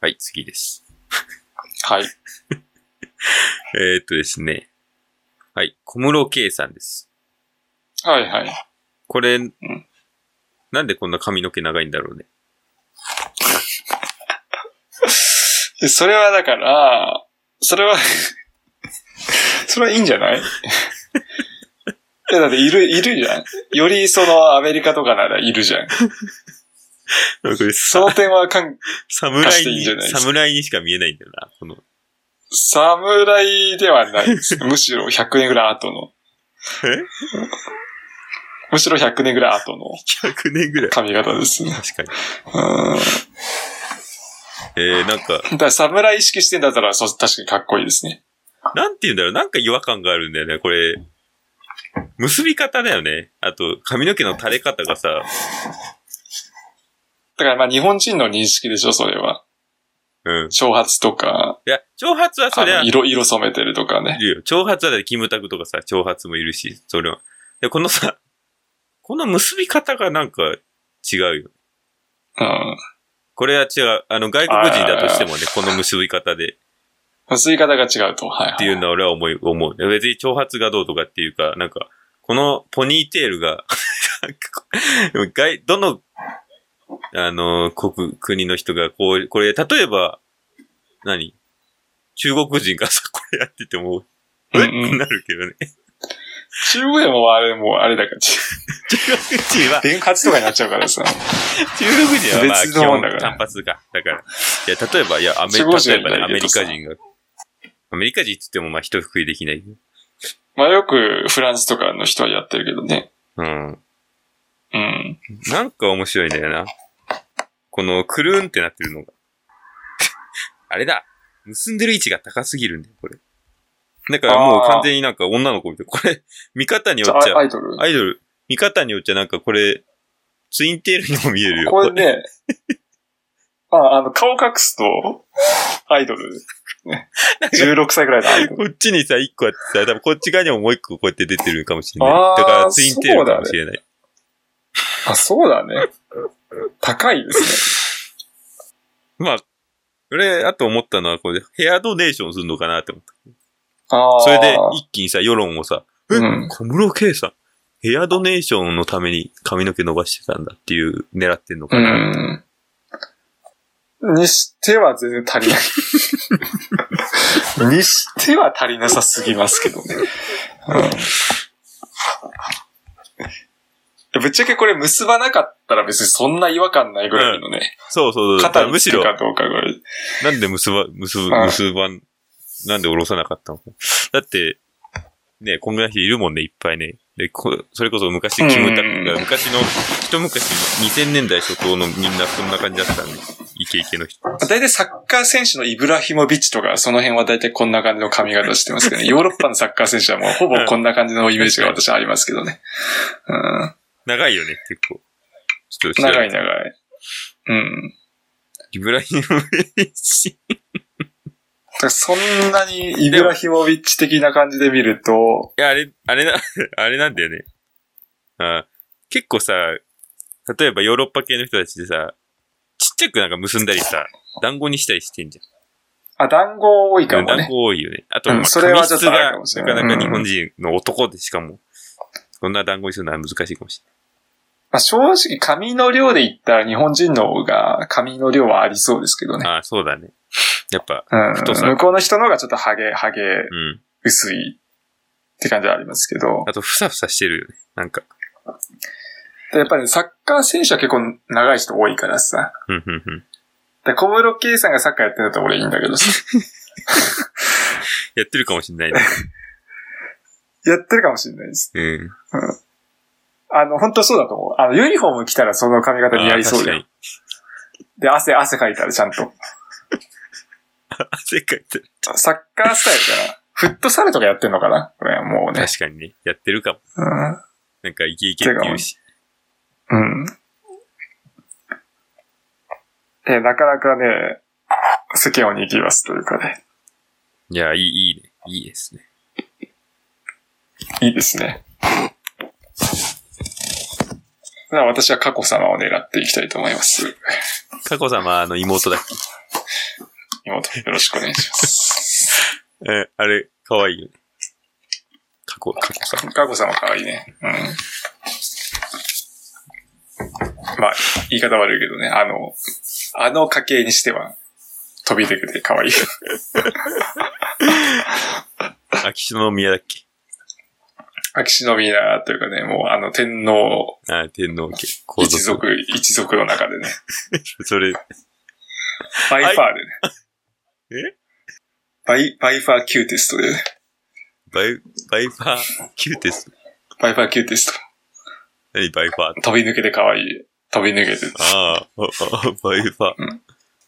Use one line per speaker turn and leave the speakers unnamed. はい、次です。
はい。
えー、っとですね。はい、小室圭さんです。
はいはい。
これ、なんでこんな髪の毛長いんだろうね。
でそれはだから、それは、 それはいいんじゃない いや、だっている、いるじゃん。よりそのアメリカとかならいるじゃん。
これ
その点はかん、
侍
していいん
に
じゃないで、すか
侍にしか見えないんだよな、この。
侍ではないです。むしろ100年ぐらい後の。
え
むしろ100年ぐらい後の
?100 年ぐらい。
髪型ですね。
確かに。
うん。
えー、なんか、
だから侍意識してんだったら、そう、確かにかっこいいですね。
なんて言うんだろう、なんか違和感があるんだよね、これ。結び方だよね。あと、髪の毛の垂れ方がさ、
だからまあ日本人の認識でしょ、それは。
うん。
長髪とか、
いや、長髪はそ
あ
りゃ、
の
い
色、色染めてるとかね。
るよ。長髪はだってキムタクとかさ、長髪もいるし、それは。で、このさ、この結び方がなんか違うよ。
うん。
これは違う。あの、外国人だとしてもね、この結び方で。
結び方が違うと。はい、はい。
っていうのは俺は思い、思う。別に長髪がどうとかっていうか、なんか、このポニーテールが なんかこう、外、どの、あの、国、国の人がこう、これ、例えば、何中国人がさ、これやってても、え
う
っ
ん
て
う ん
なるけどね。
中国でもあれ、もうあれだから、
中国人は、
電活とかになっちゃうからさ。
中国人はまあ、
別
基
のも
本
んだから
単発か。だから、いや、例えば、いや、アメ
中国人
例えばね、
が
ア
い
メ
る
リ
とさ
カ人が、アメリカ人って言ってもまあ、一服いできない。
まあよくフランスとかの人はやってるけどね。
うん。
うん。
なんか面白いんだよな。この、くるんってなってるのが。 あれだ結んでる位置が高すぎるんだよ、これ。だからもう
あー
完全になんか女の子みたい。これ、見方によっち
あ
ゃ
ア、イドル。
アイドル、見方によっちゃなんかこれ、ツインテールにも見えるよ。
これね、 あ、あの、顔隠すと、アイドル。ね、16歳ぐらいのアイドル。
こっちにさ、一個あってさ、多分こっち側にももう一個こうやって出てるかもしれない
あ。ー
だからツインテールかもしれない。
あ、そうだね。高いです
まあ、これ、あと思ったのは、これ、ヘアドネーションするのかなって思った。
ね。ああ。
それで、一気にさ、世論をさ、え、
うん
小室圭さん、ヘアドネーションのために髪の毛伸ばしてたんだっていう、狙ってんのかな。
うん。にしては全然足りない。にしては足りなさすぎますけどね。うん。ぶっちゃけこれ結ばなかったら別にそんな違和感ないぐらいのね。
そうそうそう。だか
肩
ら
に
む
つ
し
く
ろ、
かどうかぐらい。
なんで結ば、結ぶ、
うん
結ばん、なんで下ろさなかったのだって、ね、こんぐらいの人いるもんね、いっぱいね。で、こそれこそ昔、キムタク
う
が、
ん
昔の、一昔、2000年代初頭のみんなそんな感じだったんで、イケイケの人。
大体サッカー選手のイブラヒモビッチとか、その辺は大体こんな感じの髪型してますけ どね。ヨーロッパのサッカー選手はもうほぼこんな感じのイメージが私はありますけどね。うん。
長いよね、結構。ちょっと知ら
長
ない
い長い。うん。
イブラヒモビッチ。
だからそんなにイブラヒモビッチ的な感じで見ると、
いや、あれ、あれな、 あれなんだよね。あ結構さ、例えばヨーロッパ系の人たちでさ、ちっちゃくなんか結んだりさ、団子にしたりしてんじ
あ、団子多い
ゃ
か
ん。
も
団
ね。
子多いよね。あと、
うん
まあ
それは
髪
ちょっ
質
とあ
が
るかもしれな
ないかなか日本人の男でしかも、そんな団子にするのは難しいかもし
まあ、正直、髪の量で言ったら日本人の方が髪の量はありそうですけど
れ
ね。
ない。あそうだね。やっぱ、
うん
太さ。
向こうの人の方がちょっとハゲ、ハゲ
うん。
薄いって感じはありますけど。
あと、ふさふさしてるよね。なんか、
でやっぱり、ね、サッカー選手は結構長い人多いからさ。
うん、うん、うん。い
で小室圭さんがサッカーやってると俺いいんだけ どさ。
やってるかもしんないね。
やってるかもしれないです。
うん。
あの、本当そうだと思う。あの、ユニフォーム着たらその髪型似合いそう
あー確
じ
か
ゃん
に。
で、汗、汗かいたらちゃんと。
汗かいてる。
サッカースタイルかな。フットサルとかやってんのかなこれはもうね。
確かにね。やってるかも。なんか、イケイケって言うし。
うん。うん。えーなかなかね、世間を賑わすというかね、
いや、いい、いいね。いいですね。
いいですね。では私は佳子様を狙っていきたいと思います。
佳子様あの妹だっ
妹、よろしくお願いします。
け。え、あれ、かわいいよね。佳子、佳子様。
佳子様可愛いね。うん。まあ、言い方悪いけどね、あの、あの家系にしては、飛び出て可愛い。
秋篠宮だっけ
秋篠宮というかね、もうあの天皇
あ、天皇家。皇
一
族。
族、一族の中でね、
それ、
バイファーでね。
え
バイ、バイファーキューティストでね。
バイ、バイパー、キューテス。
バイファーキューティス
何バイパーって。
ト。飛び抜けて可愛い。飛び抜けて。
ああ、ああバイパー。